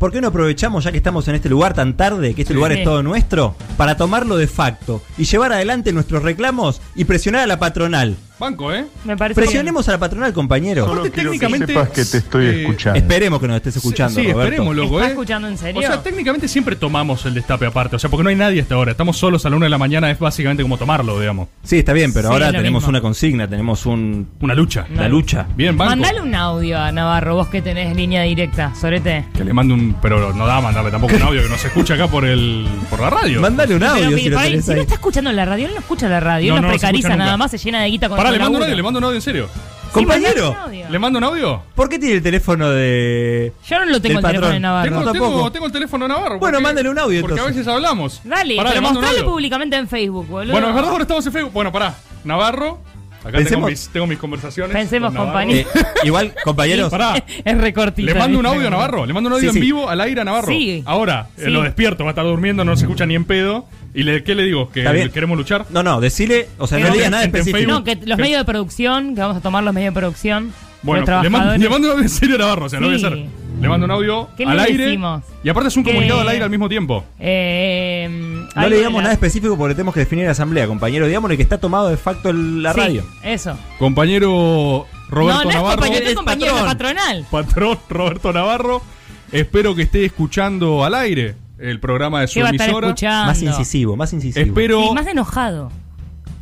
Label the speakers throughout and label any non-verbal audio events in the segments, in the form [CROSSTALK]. Speaker 1: ¿Por qué no aprovechamos, ya que estamos en este lugar tan tarde, que este lugar es todo nuestro, para tomarlo de facto y llevar adelante nuestros reclamos y presionar a la patronal?
Speaker 2: Banco, ¿eh?
Speaker 3: Me parece
Speaker 1: Presionemos a la patronal, compañero.
Speaker 2: Solo-
Speaker 4: Aparte,
Speaker 2: quiero que
Speaker 4: técnicamente.
Speaker 2: sepas
Speaker 4: que te estoy
Speaker 2: eh,
Speaker 4: escuchando.
Speaker 1: Esperemos que nos estés escuchando,
Speaker 2: sí, sí,
Speaker 1: Roberto.
Speaker 2: esperemos,
Speaker 3: bien.
Speaker 2: loco,
Speaker 3: ¿Está
Speaker 2: ¿eh?
Speaker 3: escuchando en serio?
Speaker 2: O sea, técnicamente siempre tomamos el destape aparte, o sea, porque no hay nadie hasta ahora. Estamos solos a la una de la mañana, es básicamente como tomarlo, digamos.
Speaker 1: Sí, está bien, pero
Speaker 3: Sí,
Speaker 1: ahora
Speaker 3: lo
Speaker 1: tenemos
Speaker 3: mismo.
Speaker 1: una consigna, tenemos un,
Speaker 2: Una lucha.
Speaker 1: una lucha.
Speaker 2: Bien, banco.
Speaker 3: Mandale un audio a Navarro, vos que tenés línea directa, Sorete.
Speaker 2: Que le mande un. Pero no da mandarle tampoco un audio que no se escucha acá por el por la radio.
Speaker 1: Mándale un
Speaker 3: Pero
Speaker 1: audio si
Speaker 3: mi
Speaker 1: lo
Speaker 3: país,
Speaker 1: tenés
Speaker 3: si no
Speaker 1: ahí.
Speaker 3: está escuchando la radio, él no escucha la radio,
Speaker 2: No,
Speaker 3: él
Speaker 2: no,
Speaker 3: no,
Speaker 2: no se
Speaker 3: precariza
Speaker 2: escucha nunca.
Speaker 3: nada más, se llena de guita con
Speaker 2: Pará,
Speaker 3: su
Speaker 2: le mando un
Speaker 3: laburo.
Speaker 2: audio, le mando un audio en serio.
Speaker 3: Sí,
Speaker 1: Compañero,
Speaker 3: mandale un audio.
Speaker 2: ¿Le mando un audio?
Speaker 1: ¿por qué tiene el teléfono de...?
Speaker 3: Yo no lo tengo
Speaker 1: Del
Speaker 3: el teléfono
Speaker 1: patrón.
Speaker 3: de Navarro.
Speaker 1: Ah, No,
Speaker 2: Tengo,
Speaker 1: tampoco.
Speaker 2: tengo, tengo el teléfono de Navarro.
Speaker 1: Bueno,
Speaker 2: porque-
Speaker 1: mándale un audio,
Speaker 2: Porque
Speaker 1: entonces.
Speaker 2: a veces hablamos.
Speaker 3: Dale,
Speaker 2: Pará, le
Speaker 3: pero
Speaker 2: mando un
Speaker 3: mostralo
Speaker 2: audio.
Speaker 3: públicamente en Facebook, boludo.
Speaker 2: Bueno, es verdad, ahora estamos en Facebook. Bueno, pará. Navarro. Acá tengo
Speaker 1: Pensemos-
Speaker 2: mis, tengo mis conversaciones.
Speaker 3: Pensemos,
Speaker 2: con Navarro.
Speaker 3: compañía.
Speaker 1: Eh, igual, compañeros,
Speaker 2: Pará.
Speaker 3: [LAUGHS] Es recortito.
Speaker 2: Le mando un
Speaker 3: ¿viste?
Speaker 2: audio a Navarro, le mando un audio
Speaker 1: Sí, sí.
Speaker 2: en vivo al aire a Navarro.
Speaker 3: Sí.
Speaker 2: Ahora, eh,
Speaker 3: Sí.
Speaker 2: lo despierto, va a estar durmiendo, no se escucha ni en pedo. ¿Y le, qué le digo? ¿Que
Speaker 1: Está bien.
Speaker 2: queremos luchar?
Speaker 1: no, no, decile, o sea,
Speaker 3: Que
Speaker 1: no
Speaker 3: no
Speaker 1: le digas
Speaker 3: te
Speaker 1: nada
Speaker 2: sienten
Speaker 1: específico.
Speaker 3: No, que los
Speaker 2: ¿Qué?
Speaker 3: medios de producción, que vamos a tomar los medios de producción.
Speaker 2: Bueno,
Speaker 3: los
Speaker 2: le mando,
Speaker 3: trabajadores.
Speaker 2: le mando un audio en serio a Navarro, o sea, lo voy a
Speaker 3: Sí.
Speaker 2: hacer. Le mando un audio
Speaker 3: ¿Qué
Speaker 2: al
Speaker 3: le
Speaker 2: aire.
Speaker 3: decimos?
Speaker 2: Y aparte es un
Speaker 3: Que-
Speaker 2: comunicado al aire al mismo tiempo.
Speaker 3: Eh,
Speaker 1: No le digamos nada específico porque tenemos que definir la asamblea, compañero. Digámosle que está tomado de facto el- la radio.
Speaker 3: Eso.
Speaker 2: Compañero Roberto
Speaker 3: no, no
Speaker 2: Navarro.
Speaker 3: es compañero, es
Speaker 1: es
Speaker 3: compañero
Speaker 1: patrón.
Speaker 3: patronal.
Speaker 2: patrón Roberto Navarro. Espero que esté escuchando al aire el programa de su
Speaker 3: ¿Qué va a estar
Speaker 2: emisora.
Speaker 3: escuchando?
Speaker 1: Más incisivo, más incisivo.
Speaker 2: Espero.
Speaker 3: Sí, más enojado.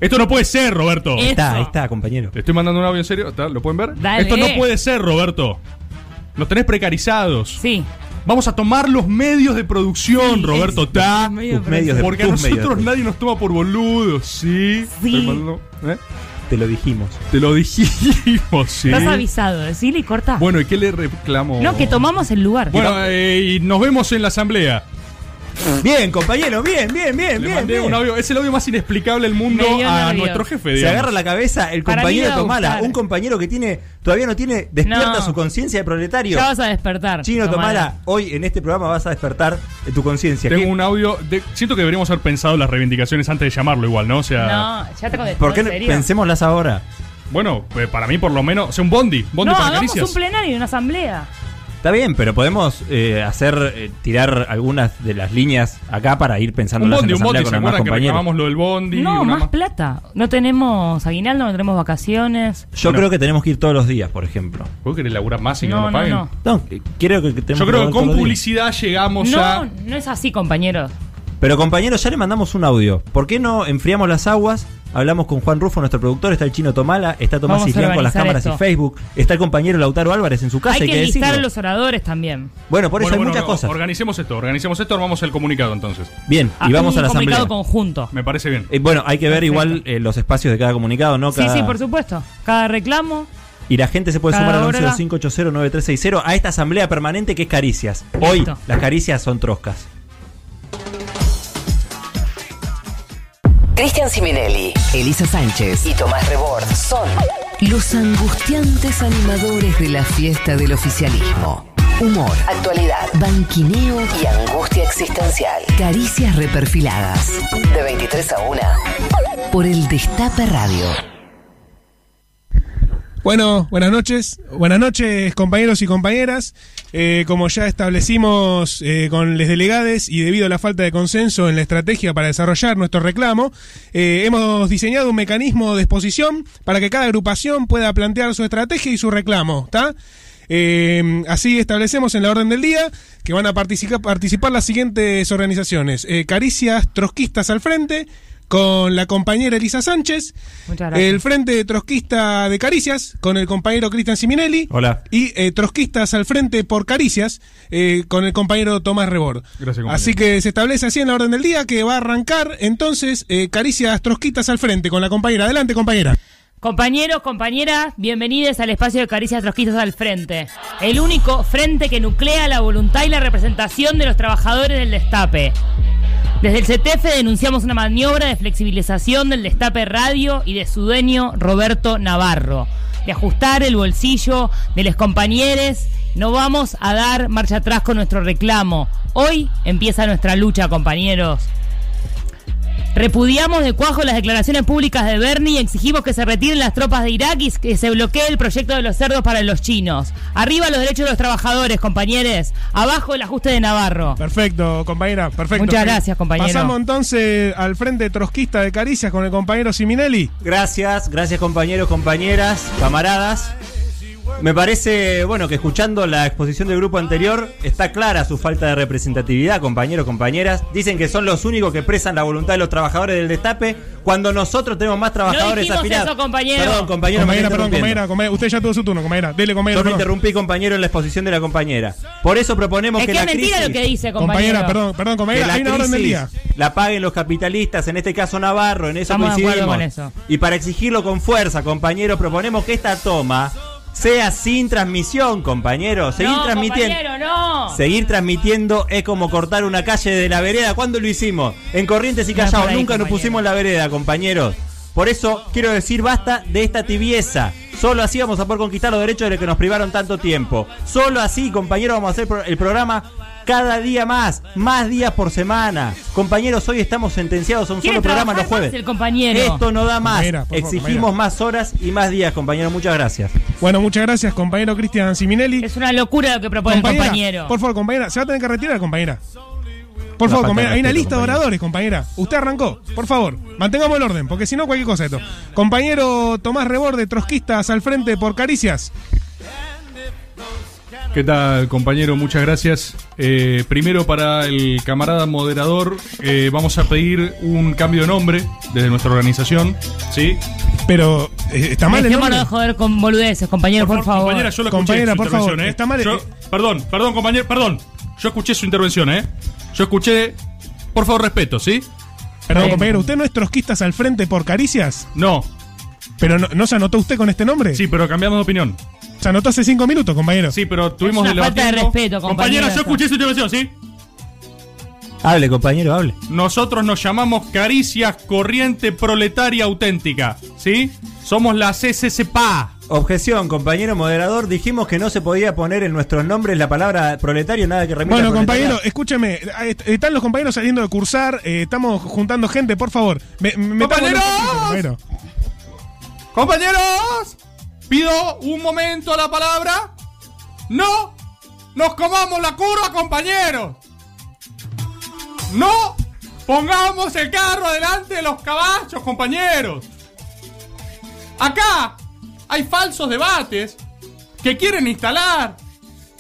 Speaker 2: Esto no puede ser, Roberto.
Speaker 3: Eh.
Speaker 1: Está,
Speaker 3: Eso.
Speaker 1: ahí está, compañero.
Speaker 2: Te estoy mandando un audio en serio. ¿Está? ¿Lo pueden ver?
Speaker 3: Dale.
Speaker 2: Esto no puede ser, Roberto. Los tenés precarizados.
Speaker 3: Sí.
Speaker 2: Vamos a tomar los medios de producción, Roberto.
Speaker 3: es-
Speaker 2: ¿Está?
Speaker 3: los medios
Speaker 1: Tus medios de
Speaker 2: Porque a
Speaker 1: tus medios
Speaker 2: nosotros
Speaker 1: de-
Speaker 2: nadie nos toma por boludos, ¿sí?
Speaker 3: Sí.
Speaker 2: Estoy mandando- ¿eh?
Speaker 1: Te lo dijimos.
Speaker 2: Te lo dijimos, sí.
Speaker 3: Estás avisado, decile y corta.
Speaker 2: Bueno, ¿y qué le reclamo?
Speaker 3: no, que tomamos el lugar.
Speaker 2: Bueno, eh, y nos vemos en la asamblea.
Speaker 1: Bien, compañero, bien, bien, bien,
Speaker 2: Le
Speaker 1: bien.
Speaker 2: mandé
Speaker 1: bien.
Speaker 2: un audio. Es el audio más inexplicable del mundo
Speaker 3: Me dio
Speaker 2: a
Speaker 3: nervios.
Speaker 2: nuestro jefe,
Speaker 1: Se
Speaker 2: digamos.
Speaker 1: agarra la cabeza el
Speaker 3: Para mí
Speaker 1: compañero
Speaker 3: le va a
Speaker 1: Tomala,
Speaker 3: gustar.
Speaker 1: un compañero que tiene todavía no tiene despierta
Speaker 3: No.
Speaker 1: su conciencia de proletario.
Speaker 3: ya vas a despertar.
Speaker 1: Chino
Speaker 3: Tomala.
Speaker 1: Tomala, hoy en este programa vas a despertar eh, tu conciencia.
Speaker 2: Tengo
Speaker 1: ¿Qué-
Speaker 2: un audio. de- siento que deberíamos haber pensado las reivindicaciones antes de llamarlo, igual, ¿no? O sea.
Speaker 3: No, ya te contesté.
Speaker 1: ¿Por qué
Speaker 3: ¿en
Speaker 1: no-
Speaker 3: serio?
Speaker 1: pensémoslas ahora?
Speaker 2: Bueno, eh, para mí, por lo menos. O sea, un bondi. Bondi
Speaker 3: No,
Speaker 2: para
Speaker 3: hagamos
Speaker 2: caricias.
Speaker 3: un plenario, una asamblea.
Speaker 1: Está bien, pero podemos eh, hacer eh, tirar algunas de las líneas acá para ir
Speaker 2: Un
Speaker 1: pensándolas en
Speaker 2: bondi,
Speaker 1: la
Speaker 2: un
Speaker 1: asamblea con
Speaker 2: bondi. ¿Se
Speaker 1: los demás
Speaker 2: acuerdan que
Speaker 1: compañeros.
Speaker 2: reclamamos lo del bondi?
Speaker 3: no,
Speaker 2: Una
Speaker 3: más, plata. No tenemos aguinaldo, no tenemos vacaciones.
Speaker 1: Yo creo que tenemos que ir todos los días, por ejemplo.
Speaker 2: ¿Vos querés laburar más y que no,
Speaker 3: No,
Speaker 2: nos
Speaker 3: no,
Speaker 2: paguen?
Speaker 3: no.
Speaker 1: No, eh, creo que tenemos
Speaker 2: Yo creo que
Speaker 1: hablar todos
Speaker 2: con
Speaker 1: los días.
Speaker 2: publicidad llegamos
Speaker 3: No,
Speaker 2: a.
Speaker 3: no es así, compañeros.
Speaker 1: Pero compañeros, ya le mandamos un audio. ¿Por qué no enfriamos las aguas? Hablamos con Juan Rufo, nuestro productor, está el chino Tomala, está Tomás
Speaker 3: Vamos a
Speaker 1: Islián con las
Speaker 3: organizar
Speaker 1: cámaras y
Speaker 3: esto.
Speaker 1: Facebook, está el compañero Lautaro Álvarez en su casa.
Speaker 3: Hay que enlistar a
Speaker 1: decirlo.
Speaker 3: los oradores también.
Speaker 1: Bueno, por eso
Speaker 2: Bueno,
Speaker 1: hay
Speaker 2: bueno,
Speaker 1: muchas
Speaker 2: no,
Speaker 1: cosas.
Speaker 2: Organicemos esto, organicemos esto, armamos el comunicado entonces.
Speaker 1: Bien, y vamos
Speaker 3: un
Speaker 1: a la asamblea.
Speaker 3: comunicado conjunto.
Speaker 2: Me parece bien.
Speaker 1: Eh, bueno, hay que ver igual eh, los espacios de cada comunicado, ¿no? Cada-
Speaker 3: Sí, sí, por supuesto. Cada reclamo.
Speaker 1: Y la gente se puede
Speaker 3: Cada
Speaker 1: sumar al
Speaker 3: hora.
Speaker 1: 1125809360 a esta asamblea permanente que es Caricias. Hoy
Speaker 3: Listo.
Speaker 1: las caricias son troscas.
Speaker 5: Cristian Siminelli
Speaker 6: Elisa Sánchez.
Speaker 5: y Tomás Rebord son
Speaker 6: Los angustiantes animadores de la fiesta del oficialismo. Humor,
Speaker 5: actualidad
Speaker 6: banquineo,
Speaker 5: y angustia existencial.
Speaker 6: caricias reperfiladas.
Speaker 5: De 23 a 1.
Speaker 6: Por el Destape Radio.
Speaker 7: Bueno, buenas noches. Buenas noches, compañeros y compañeras. Eh, como ya establecimos eh, con les delegades y debido a la falta de consenso en la estrategia para desarrollar nuestro reclamo, eh, hemos diseñado un mecanismo de exposición para que cada agrupación pueda plantear su estrategia y su reclamo, ¿está? Eh, así establecemos en la orden del día que van a particica- participar las siguientes organizaciones. Eh, Caricias Trotskistas al frente, con la compañera Elisa Sánchez.
Speaker 3: Muchas gracias.
Speaker 7: El Frente Trotskista de Caricias, con el compañero Cristian Siminelli.
Speaker 1: Hola.
Speaker 7: Y eh, Trotskistas al Frente por Caricias, eh, con el compañero Tomás Rebord.
Speaker 2: Gracias, compañero.
Speaker 7: Así que se establece así en la orden del día que va a arrancar entonces eh, Caricias Trotskistas al Frente, con la compañera. Adelante, compañera.
Speaker 3: Compañeros, compañeras, bienvenidos al espacio de Caricias Trotskistas al Frente. El único frente que nuclea la voluntad y la representación de los trabajadores del destape. Desde el CTF denunciamos una maniobra de flexibilización del destape radio y de su dueño Roberto Navarro. De ajustar el bolsillo de los compañeros, no vamos a dar marcha atrás con nuestro reclamo. Hoy empieza nuestra lucha, compañeros. Repudiamos de cuajo las declaraciones públicas de Bernie y exigimos que se retiren las tropas de Irak y que se bloquee el proyecto de los cerdos para los chinos. Arriba los derechos de los trabajadores, compañeros. Abajo el ajuste de Navarro.
Speaker 7: Perfecto, compañera, perfecto.
Speaker 3: Muchas gracias, compañero.
Speaker 7: Pasamos entonces al frente trotskista de Caricias con el compañero Siminelli.
Speaker 1: Gracias, gracias compañeros, compañeras, camaradas. Me parece, bueno, que escuchando la exposición del grupo anterior, está clara su falta de representatividad, compañeros, compañeras. Dicen que son los únicos que expresan la voluntad de los trabajadores del destape cuando nosotros tenemos más trabajadores
Speaker 3: dijimos
Speaker 1: afiliados.
Speaker 3: eso, compañero.
Speaker 1: Perdón, compañero, me
Speaker 7: Compañera,
Speaker 1: estoy
Speaker 7: perdón,
Speaker 1: interrumpiendo.
Speaker 7: compañera, compañera. Usted ya tuvo su turno, compañera. Dele, compañero.
Speaker 1: Yo me
Speaker 7: perdón.
Speaker 1: interrumpí, compañero, en la exposición de la compañera. Por eso proponemos
Speaker 3: Es
Speaker 1: que
Speaker 3: que es
Speaker 1: la
Speaker 3: mentira
Speaker 1: crisis...
Speaker 3: lo que dice, compañero.
Speaker 7: Compañera, perdón, perdón,
Speaker 1: que
Speaker 7: compañera.
Speaker 1: la
Speaker 7: Hay una orden del
Speaker 1: crisis
Speaker 7: día.
Speaker 1: la paguen los capitalistas, en este caso Navarro, en eso
Speaker 3: Estamos de
Speaker 1: coincidimos.
Speaker 3: acuerdo con eso.
Speaker 1: Y para exigirlo con fuerza, compañeros, proponemos que esta toma sea sin transmisión, compañeros. Seguir
Speaker 3: no,
Speaker 1: transmitiendo.
Speaker 3: compañero, no.
Speaker 1: Seguir transmitiendo es como cortar una calle de la vereda. ¿Cuándo lo hicimos? En Corrientes y
Speaker 3: No es
Speaker 1: Callao.
Speaker 3: por ahí,
Speaker 1: Nunca nos
Speaker 3: compañero.
Speaker 1: pusimos en la vereda, compañeros. Por eso quiero decir basta de esta tibieza. Solo así vamos a poder conquistar los derechos de los que nos privaron tanto tiempo. Solo así, compañeros, vamos a hacer pro- el programa cada día más, más días por semana. Compañeros, hoy estamos sentenciados a un
Speaker 3: Quiere
Speaker 1: solo programa los
Speaker 3: trabajar
Speaker 1: jueves.
Speaker 3: más el compañero.
Speaker 1: Esto no da más.
Speaker 7: Compañera, por favor,
Speaker 1: Exigimos
Speaker 7: compañera.
Speaker 1: más horas y más días, compañeros. Muchas gracias.
Speaker 7: Bueno, muchas gracias, compañero Cristian Siminelli.
Speaker 3: Es una locura lo que propone
Speaker 7: Compañera,
Speaker 3: el compañero.
Speaker 7: Por favor, compañera, se va a tener que retirar, compañera. Por
Speaker 1: Una
Speaker 7: favor,
Speaker 1: falta
Speaker 7: compañera,
Speaker 1: de
Speaker 7: hay una
Speaker 1: respeto,
Speaker 7: lista de
Speaker 1: compañera.
Speaker 7: oradores, compañera. Usted arrancó, por favor, mantengamos el orden, porque si no, cualquier cosa esto. Compañero Tomás Reborde, Trotskistas al frente por Caricias.
Speaker 2: ¿Qué tal, compañero? Muchas gracias. Eh, primero, para el camarada moderador, eh, vamos a pedir un cambio de nombre desde nuestra organización. ¿Sí?
Speaker 7: Pero, eh, ¿está mal el
Speaker 3: Dejémonos
Speaker 7: nombre?
Speaker 3: de joder con boludeces, compañero, por, favor.
Speaker 2: Compañera, yo la escuché
Speaker 7: Compañera,
Speaker 2: su
Speaker 7: por
Speaker 2: intervención,
Speaker 7: favor,
Speaker 2: ¿eh?
Speaker 7: está mal-
Speaker 2: Yo-
Speaker 7: eh.
Speaker 2: perdón, perdón, compañero, perdón. Yo escuché su intervención, ¿eh? Yo escuché. Por favor, respeto, ¿sí?
Speaker 7: Perdón,
Speaker 3: Bien.
Speaker 7: compañero, ¿usted no es Trotskistas al frente por Caricias?
Speaker 2: No.
Speaker 7: ¿Pero no, no se anotó usted con este nombre?
Speaker 2: Sí, pero cambiamos de opinión.
Speaker 7: Se anotó hace cinco minutos, compañero.
Speaker 2: Sí, pero tuvimos
Speaker 3: Es una falta de
Speaker 2: debatiendo.
Speaker 3: respeto, compañero,
Speaker 2: Compañera, yo
Speaker 3: eso.
Speaker 2: escuché su intervención, ¿sí?
Speaker 1: Hable, compañero, hable.
Speaker 2: Nosotros nos llamamos Caricias Corriente Proletaria Auténtica, ¿sí? Somos la CCCPA.
Speaker 1: Objeción, compañero moderador, dijimos que no se podía poner en nuestros nombres la palabra proletario, nada que remita
Speaker 7: Bueno,
Speaker 1: a
Speaker 7: compañero,
Speaker 1: proletariado.
Speaker 7: escúcheme. eh, est- Están los compañeros saliendo de cursar. eh, estamos juntando gente, por favor. Me, me- metamos los-
Speaker 2: ¡Compañeros!
Speaker 7: compañero.
Speaker 2: Compañeros, pido un momento la palabra. No nos comamos la curva, compañeros. No pongamos el carro adelante de los caballos, compañeros. Acá hay falsos debates que quieren instalar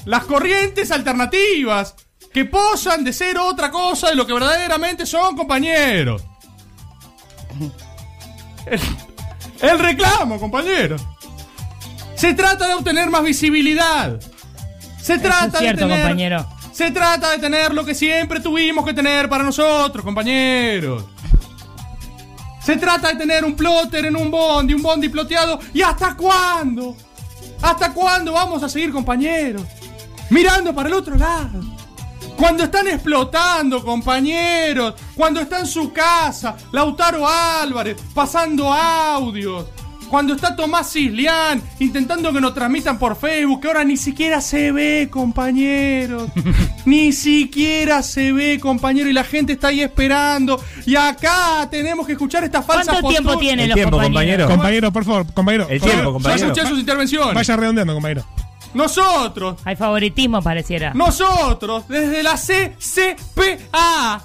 Speaker 2: las corrientes alternativas que posan de ser otra cosa de lo que verdaderamente son, compañeros. El reclamo, compañero. Se trata de obtener más visibilidad. Se trata
Speaker 3: es cierto,
Speaker 2: de tener,
Speaker 3: compañero.
Speaker 2: Se trata de tener lo que siempre tuvimos que tener para nosotros, compañeros. Se trata de tener un plotter en un bondi, un bondi ploteado. ¿Y hasta cuándo? ¿Hasta cuándo vamos a seguir, compañeros? Mirando para el otro lado. Cuando están explotando, compañeros. Cuando está en su casa, Lautaro Álvarez, pasando audios. Cuando está Tomás Cislián intentando que nos transmitan por Facebook, que ahora ni siquiera se ve,
Speaker 1: [LAUGHS]
Speaker 2: compañeros. ni siquiera se ve, compañero, y la gente está ahí esperando. Y acá tenemos que escuchar esta falsa
Speaker 3: ¿Cuánto tiempo
Speaker 2: postura.
Speaker 3: tienen
Speaker 1: El
Speaker 3: los
Speaker 1: tiempo,
Speaker 3: compañeros?
Speaker 7: Compañero, por favor, compañero.
Speaker 1: El tiempo,
Speaker 7: por favor,
Speaker 2: Yo
Speaker 1: compañero.
Speaker 2: escuché sus intervenciones.
Speaker 7: Vaya redondeando, compañero.
Speaker 2: Nosotros
Speaker 3: Hay favoritismo, pareciera.
Speaker 2: Nosotros, desde la CCPA,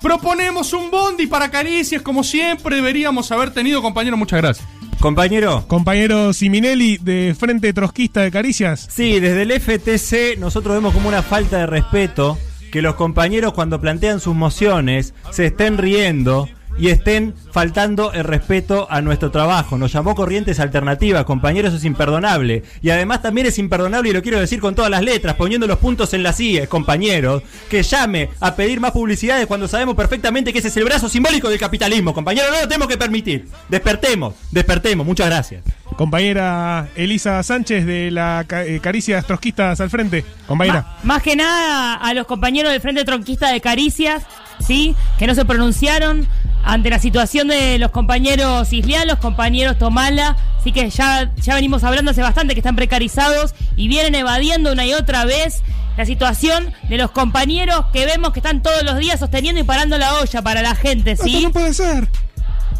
Speaker 2: proponemos un bondi para caricias como siempre deberíamos haber tenido, compañero. Muchas gracias.
Speaker 1: Compañero,
Speaker 7: Compañero Siminelli de Frente Trotskista de Caricias.
Speaker 1: sí, desde el FTC nosotros vemos como una falta de respeto que los compañeros cuando plantean sus mociones se estén riendo y estén faltando el respeto a nuestro trabajo. Nos llamó corrientes alternativas, compañero, eso es imperdonable. Y además también es imperdonable, y lo quiero decir con todas las letras, poniendo los puntos en las IES, compañeros, que llame a pedir más publicidades cuando sabemos perfectamente que ese es el brazo simbólico del capitalismo, compañero, no lo tenemos que permitir. Despertemos, despertemos, muchas gracias.
Speaker 7: Compañera Elisa Sánchez de la Ca- eh, Caricias Trotskistas al frente. Compañera.
Speaker 3: Ma- más que nada a los compañeros del Frente Tronquista de Caricias, ¿sí? Que no se pronunciaron ante la situación de los compañeros Islián, los compañeros Tomala. Así que ya, ya venimos hablando hace bastante que están precarizados y vienen evadiendo una y otra vez la situación de los compañeros que vemos que están todos los días sosteniendo y parando la olla para la gente,
Speaker 7: Esto
Speaker 3: ¿sí?
Speaker 7: no puede ser.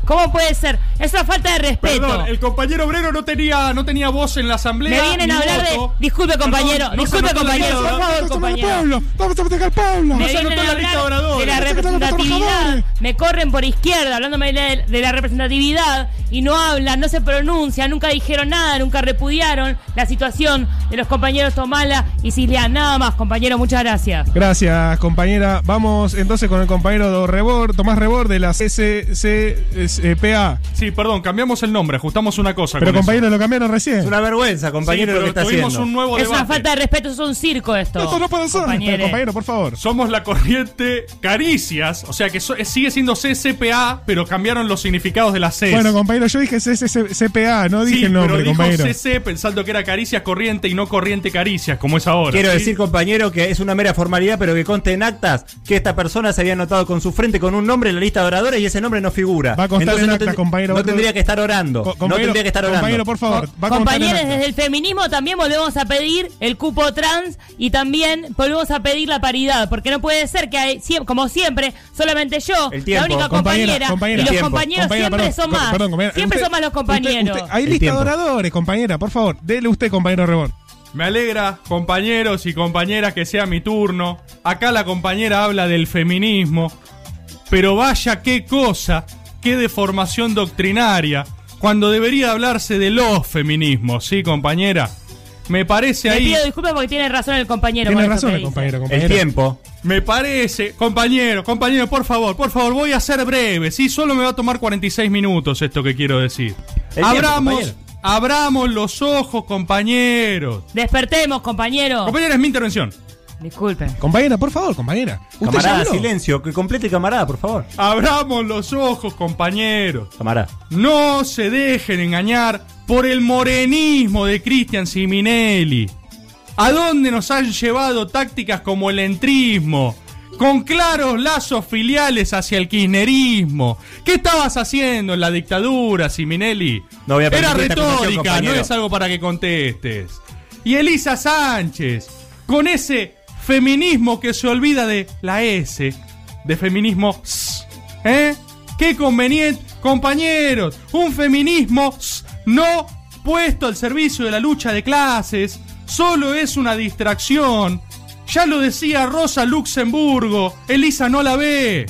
Speaker 3: ¿Cómo puede ser? Es una falta de respeto.
Speaker 2: Perdón, el compañero obrero no tenía, no tenía voz en la asamblea.
Speaker 3: Me vienen
Speaker 2: ni
Speaker 3: a hablar de.
Speaker 2: voto.
Speaker 3: Disculpe,
Speaker 2: Perdón,
Speaker 3: compañero.
Speaker 2: no se
Speaker 3: disculpe,
Speaker 2: anotó la
Speaker 3: compañero.
Speaker 2: lista, ¿no?
Speaker 3: Por favor,
Speaker 7: Vamos a
Speaker 3: compañero.
Speaker 7: pueblo. Vamos a proteger al pueblo.
Speaker 3: Me
Speaker 2: se
Speaker 3: vienen
Speaker 2: anotó la
Speaker 3: a
Speaker 2: lista
Speaker 3: hablar
Speaker 2: ganadora.
Speaker 3: de la
Speaker 7: Parece que estamos con
Speaker 3: representatividad.
Speaker 7: trabajadores.
Speaker 3: Me corren por izquierda hablándome de, de la representatividad y no hablan, no se pronuncian, nunca dijeron nada, nunca repudiaron la situación de los compañeros Tomala y Cilia. Nada más, compañero, muchas gracias.
Speaker 7: Gracias, compañera. Vamos entonces con el compañero Do- Rebor, Tomás Rebor de la SCPA.
Speaker 2: Sí, perdón, cambiamos el nombre, ajustamos una cosa.
Speaker 7: Pero
Speaker 2: con eso.
Speaker 7: compañero, lo cambiaron recién.
Speaker 1: Es una vergüenza, compañero, lo
Speaker 2: Sí,
Speaker 1: que
Speaker 2: pero
Speaker 1: está
Speaker 2: tuvimos
Speaker 1: haciendo.
Speaker 2: un nuevo
Speaker 3: Es
Speaker 2: debate.
Speaker 3: una falta de respeto, eso es un circo esto.
Speaker 7: Esto no puede ser. Pero,
Speaker 3: compañeros.
Speaker 7: compañero, por favor.
Speaker 2: Somos la corriente Caricias, o sea que so- sigue siendo CCPA, pero cambiaron los significados de las Cs.
Speaker 7: Bueno, compañero, yo dije SCPA, no dije
Speaker 2: sí,
Speaker 7: el nombre,
Speaker 2: pero dijo
Speaker 7: compañero.
Speaker 2: CC pensando que era Caricias Corriente y no Corriente Caricias, como es ahora.
Speaker 1: Quiero
Speaker 2: ¿sí?
Speaker 1: decir, compañero, que es una mera formalidad, pero que conste en actas que esta persona se había anotado con su frente con un nombre en la lista de oradores y ese nombre no figura.
Speaker 7: Va a constar en
Speaker 1: no
Speaker 7: actas,
Speaker 1: tendr-
Speaker 7: compañero.
Speaker 1: No
Speaker 7: Va a-
Speaker 1: tendría que estar orando.
Speaker 7: Co-
Speaker 1: no tendría que estar orando.
Speaker 7: compañero, por favor. va a contar
Speaker 3: Compañeros,
Speaker 7: el acta.
Speaker 3: desde el feminismo también volvemos a pedir el cupo trans y también volvemos a pedir la paridad, porque no puede ser que, hay, siem- como siempre, solamente yo,
Speaker 1: El tiempo,
Speaker 3: la única
Speaker 7: compañera,
Speaker 3: compañera,
Speaker 7: compañera.
Speaker 3: y los
Speaker 1: Tiempo.
Speaker 3: compañeros
Speaker 7: Compañera,
Speaker 3: siempre
Speaker 7: perdón,
Speaker 3: son
Speaker 7: co-
Speaker 3: más.
Speaker 7: perdón, compañera,
Speaker 3: siempre
Speaker 7: usted-
Speaker 3: son más los compañeros.
Speaker 7: usted- usted- hay
Speaker 1: El
Speaker 7: lista de
Speaker 1: tiempo.
Speaker 7: oradores, compañera, por favor. Dele usted, compañero Rebor.
Speaker 2: Me alegra, compañeros y compañeras, que sea mi turno. Acá la compañera habla del feminismo. Pero vaya qué cosa, qué deformación doctrinaria, cuando debería hablarse de los feminismos, ¿sí, compañera? Me parece
Speaker 3: Le
Speaker 2: ahí...
Speaker 3: pido disculpas porque tiene razón el compañero.
Speaker 7: Tiene
Speaker 3: con esto
Speaker 7: razón
Speaker 3: que
Speaker 7: el
Speaker 3: dice.
Speaker 7: compañero, compañero.
Speaker 1: El tiempo.
Speaker 2: Me parece, compañero, compañero, por favor, por favor, voy a ser breve, sí, solo me va a tomar 46 minutos esto que quiero decir.
Speaker 1: El tiempo,
Speaker 2: abramos,
Speaker 1: compañero.
Speaker 2: abramos los ojos, compañeros.
Speaker 3: Despertemos, compañero.
Speaker 2: Compañera, es mi intervención.
Speaker 3: Disculpen.
Speaker 7: Compañera, por favor, compañera. ¿Usted ya
Speaker 1: Camarada,
Speaker 7: habló?
Speaker 1: silencio. Que complete, camarada, por favor.
Speaker 2: Abramos los ojos, compañeros.
Speaker 1: Camarada.
Speaker 2: No se dejen engañar por el morenismo de Cristian Siminelli. ¿A dónde nos han llevado tácticas como el entrismo? Con claros lazos filiales hacia el kirchnerismo. ¿Qué estabas haciendo en la dictadura, Siminelli?
Speaker 1: No voy a
Speaker 2: Era
Speaker 1: permitir esta acusación,
Speaker 2: retórica, no
Speaker 1: compañero.
Speaker 2: es algo para que contestes. Y Elisa Sánchez, con ese feminismo que se olvida de la S, de feminismo S, ¿eh? Qué conveniente, compañeros, un feminismo S, no puesto al servicio de la lucha de clases, solo es una distracción. Ya lo decía Rosa Luxemburgo, Elisa no la ve.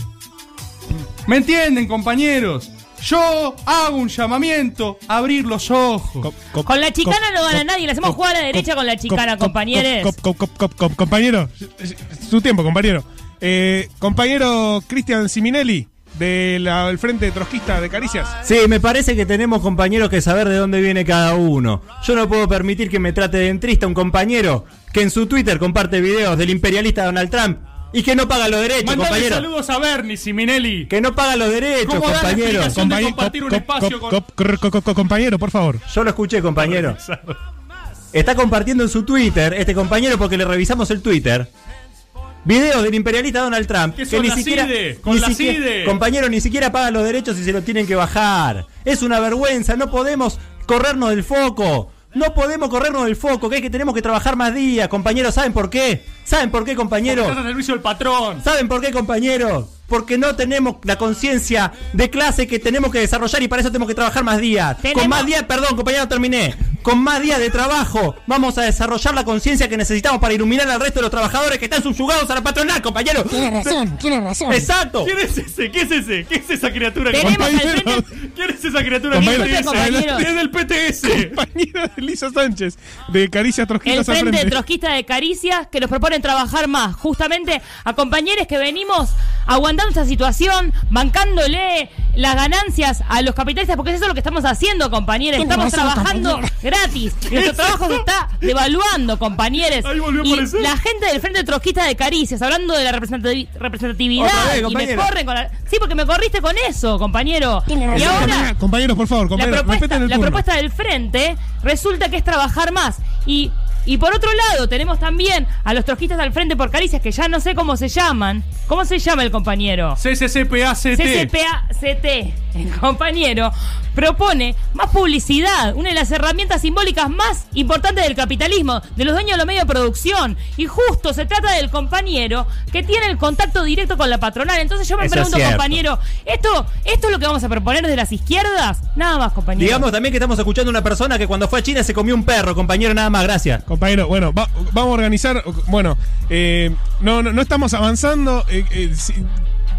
Speaker 2: ¿Me entienden, compañeros? Yo hago un llamamiento a abrir los ojos.
Speaker 7: Co- co-
Speaker 3: Con la chicana
Speaker 7: co-
Speaker 3: no gana
Speaker 7: co-
Speaker 3: nadie, le hacemos
Speaker 7: co-
Speaker 3: jugar a la derecha
Speaker 7: co-
Speaker 3: con la chicana,
Speaker 7: co-
Speaker 3: compañeros.
Speaker 7: co- co- co- co- co- Compañero, su tiempo, compañero. Eh, compañero Cristian Siminelli, del Frente Trotskista de Caricias.
Speaker 1: Sí, me parece que tenemos compañeros que saber de dónde viene cada uno. Yo no puedo permitir que me trate de dentrista un compañero que en su Twitter comparte videos del imperialista Donald Trump y que no paga los derechos,
Speaker 7: Este
Speaker 2: Mandale
Speaker 1: compañero.
Speaker 2: saludos a Bernie Siminelli.
Speaker 1: Que no paga los derechos,
Speaker 2: ¿Cómo da la
Speaker 1: compañero.
Speaker 2: explicación? de compartir un espacio con-
Speaker 7: cr- co- co- co- Compañero, por favor.
Speaker 1: Yo lo escuché,
Speaker 2: [LAUGHS]
Speaker 1: compañero. Está compartiendo en su Twitter, este compañero, porque le revisamos el Twitter. Videos del imperialista Donald Trump.
Speaker 2: Que son la CIDE, E? con
Speaker 1: ni
Speaker 2: la
Speaker 1: siquiera-
Speaker 2: CIDE.
Speaker 1: Compañero, ni siquiera paga los derechos y se lo tienen que bajar. Es una vergüenza, no podemos corrernos del foco. No podemos corrernos del foco, que es que tenemos que trabajar más días, compañeros. ¿Saben por qué? ¿Saben por qué, compañeros?
Speaker 2: Estás al servicio del patrón.
Speaker 1: ¿Saben por qué, compañeros? Porque no tenemos la conciencia de clase que tenemos que desarrollar y para eso tenemos que trabajar más días.
Speaker 3: Tenemos-
Speaker 1: Con más días, perdón, compañero, terminé. Con más días de trabajo vamos a desarrollar la conciencia que necesitamos para iluminar al resto de los trabajadores que están subyugados a la patronal, compañero.
Speaker 4: Tiene razón, tiene razón.
Speaker 1: Exacto.
Speaker 2: ¿Quién es ese? ¿Qué es ese? ¿Qué es esa criatura? que-
Speaker 3: Tenemos al
Speaker 7: compañero.
Speaker 3: frente.
Speaker 2: ¿Quién es esa criatura? que
Speaker 7: Compañero,
Speaker 2: es
Speaker 3: compañero.
Speaker 2: Es del PTS.
Speaker 7: Compañero de Elisa Sánchez, de Caricias
Speaker 3: El
Speaker 7: Trotskistas al
Speaker 3: Frente
Speaker 7: Frente.
Speaker 3: Trotskista de Caricias que nos proponen trabajar más, justamente a compañeros que venimos aguantando esta situación, bancándole las ganancias a los capitalistas, porque eso es lo que estamos haciendo, compañeros.
Speaker 4: Tiene
Speaker 3: Estamos
Speaker 4: razón,
Speaker 3: trabajando
Speaker 4: compañero.
Speaker 3: gratis. y Nuestro
Speaker 2: Exacto.
Speaker 3: trabajo se está devaluando, compañeros.
Speaker 2: Ahí volvió a
Speaker 3: Y
Speaker 2: aparecer.
Speaker 3: la gente del Frente Trotskista de Caricias, hablando de la representati-
Speaker 1: Otra
Speaker 3: representatividad,
Speaker 1: vez,
Speaker 3: y me
Speaker 1: compañero.
Speaker 3: corren con la- Sí, porque me corriste con eso, compañero.
Speaker 4: Tiene
Speaker 3: Y
Speaker 4: razón.
Speaker 3: ahora
Speaker 7: Compañeros, por favor,
Speaker 3: la
Speaker 7: compañeros,
Speaker 3: propuesta,
Speaker 7: respeten el
Speaker 3: la
Speaker 7: turno.
Speaker 3: propuesta del frente resulta que es trabajar más. Y, y por otro lado, tenemos también a los trojistas al frente por caricias, que ya no sé cómo se llaman. ¿Cómo se llama el compañero?
Speaker 2: CCCPACT.
Speaker 3: CCPACT. el compañero, propone más publicidad, una de las herramientas simbólicas más importantes del capitalismo, de los dueños de los medios de producción. Y justo se trata del compañero que tiene el contacto directo con la patronal. Entonces yo me
Speaker 1: Eso es
Speaker 3: pregunto,
Speaker 1: cierto.
Speaker 3: compañero, ¿esto, ¿esto es lo que vamos a proponer desde las izquierdas? Nada más, compañero.
Speaker 1: Digamos también que estamos escuchando a una persona que cuando fue a China se comió un perro, compañero, nada más, gracias.
Speaker 7: Compañero, bueno, va- vamos a organizar. Bueno, eh, no, no, no estamos avanzando. eh, eh, si-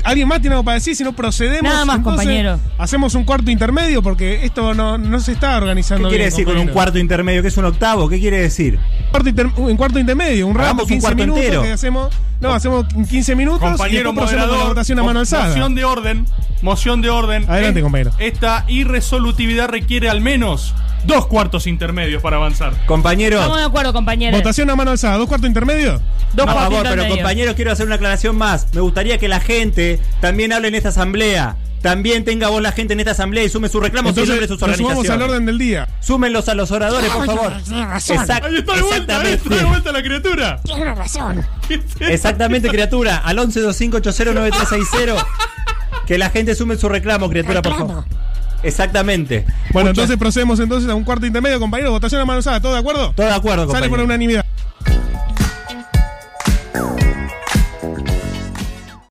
Speaker 7: Alguien más tiene algo para decir, si no procedemos.
Speaker 3: Nada más,
Speaker 7: entonces,
Speaker 3: compañero.
Speaker 7: Hacemos un cuarto intermedio porque esto no, no se está
Speaker 1: ¿Qué
Speaker 7: organizando.
Speaker 1: quiere
Speaker 7: bien,
Speaker 1: decir con un
Speaker 7: compañero.
Speaker 1: cuarto intermedio? ¿Qué es un octavo? ¿Qué quiere decir?
Speaker 7: Cuarto inter- un cuarto intermedio, un
Speaker 1: Hagamos
Speaker 7: rato,
Speaker 1: un
Speaker 7: 15
Speaker 1: cuarto
Speaker 7: minutos
Speaker 1: entero.
Speaker 7: que hacemos. No, hacemos 15 minutos.
Speaker 2: Compañero
Speaker 7: y después procedemos con la
Speaker 2: moderador,
Speaker 7: votación a mano
Speaker 2: mo-
Speaker 7: alzada.
Speaker 2: moción de orden, moción de orden.
Speaker 7: Adelante,
Speaker 2: Eh,
Speaker 7: compañero.
Speaker 2: Esta irresolutividad requiere al menos dos cuartos intermedios para avanzar.
Speaker 1: Compañero,
Speaker 3: Estamos de acuerdo, compañero.
Speaker 7: Votación a mano alzada, dos cuartos intermedios.
Speaker 1: por
Speaker 3: Dos cuartos
Speaker 1: favor, pero
Speaker 3: intermedios.
Speaker 1: compañeros, quiero hacer una aclaración más. Me gustaría que la gente también hable en esta asamblea. También tenga voz la gente en esta asamblea y sume sus reclamos y sobre sus
Speaker 7: lo sumamos
Speaker 1: organizaciones.
Speaker 7: al orden del día.
Speaker 1: Súmenlos a los oradores, por favor. Exact-
Speaker 2: Ahí está de vuelta, ahí está de
Speaker 1: exactamente.
Speaker 2: vuelta la criatura.
Speaker 4: Tiene razón.
Speaker 1: Exactamente, criatura. Al 1125809360. Que la gente sume su reclamo, criatura, por favor. Exactamente.
Speaker 7: Bueno,
Speaker 1: Muchas-
Speaker 7: entonces procedemos entonces a un cuarto intermedio, compañero. Votación a mano alzada, ¿todo de acuerdo?
Speaker 1: Todo de acuerdo,
Speaker 7: Sale
Speaker 1: compañero.
Speaker 7: por unanimidad.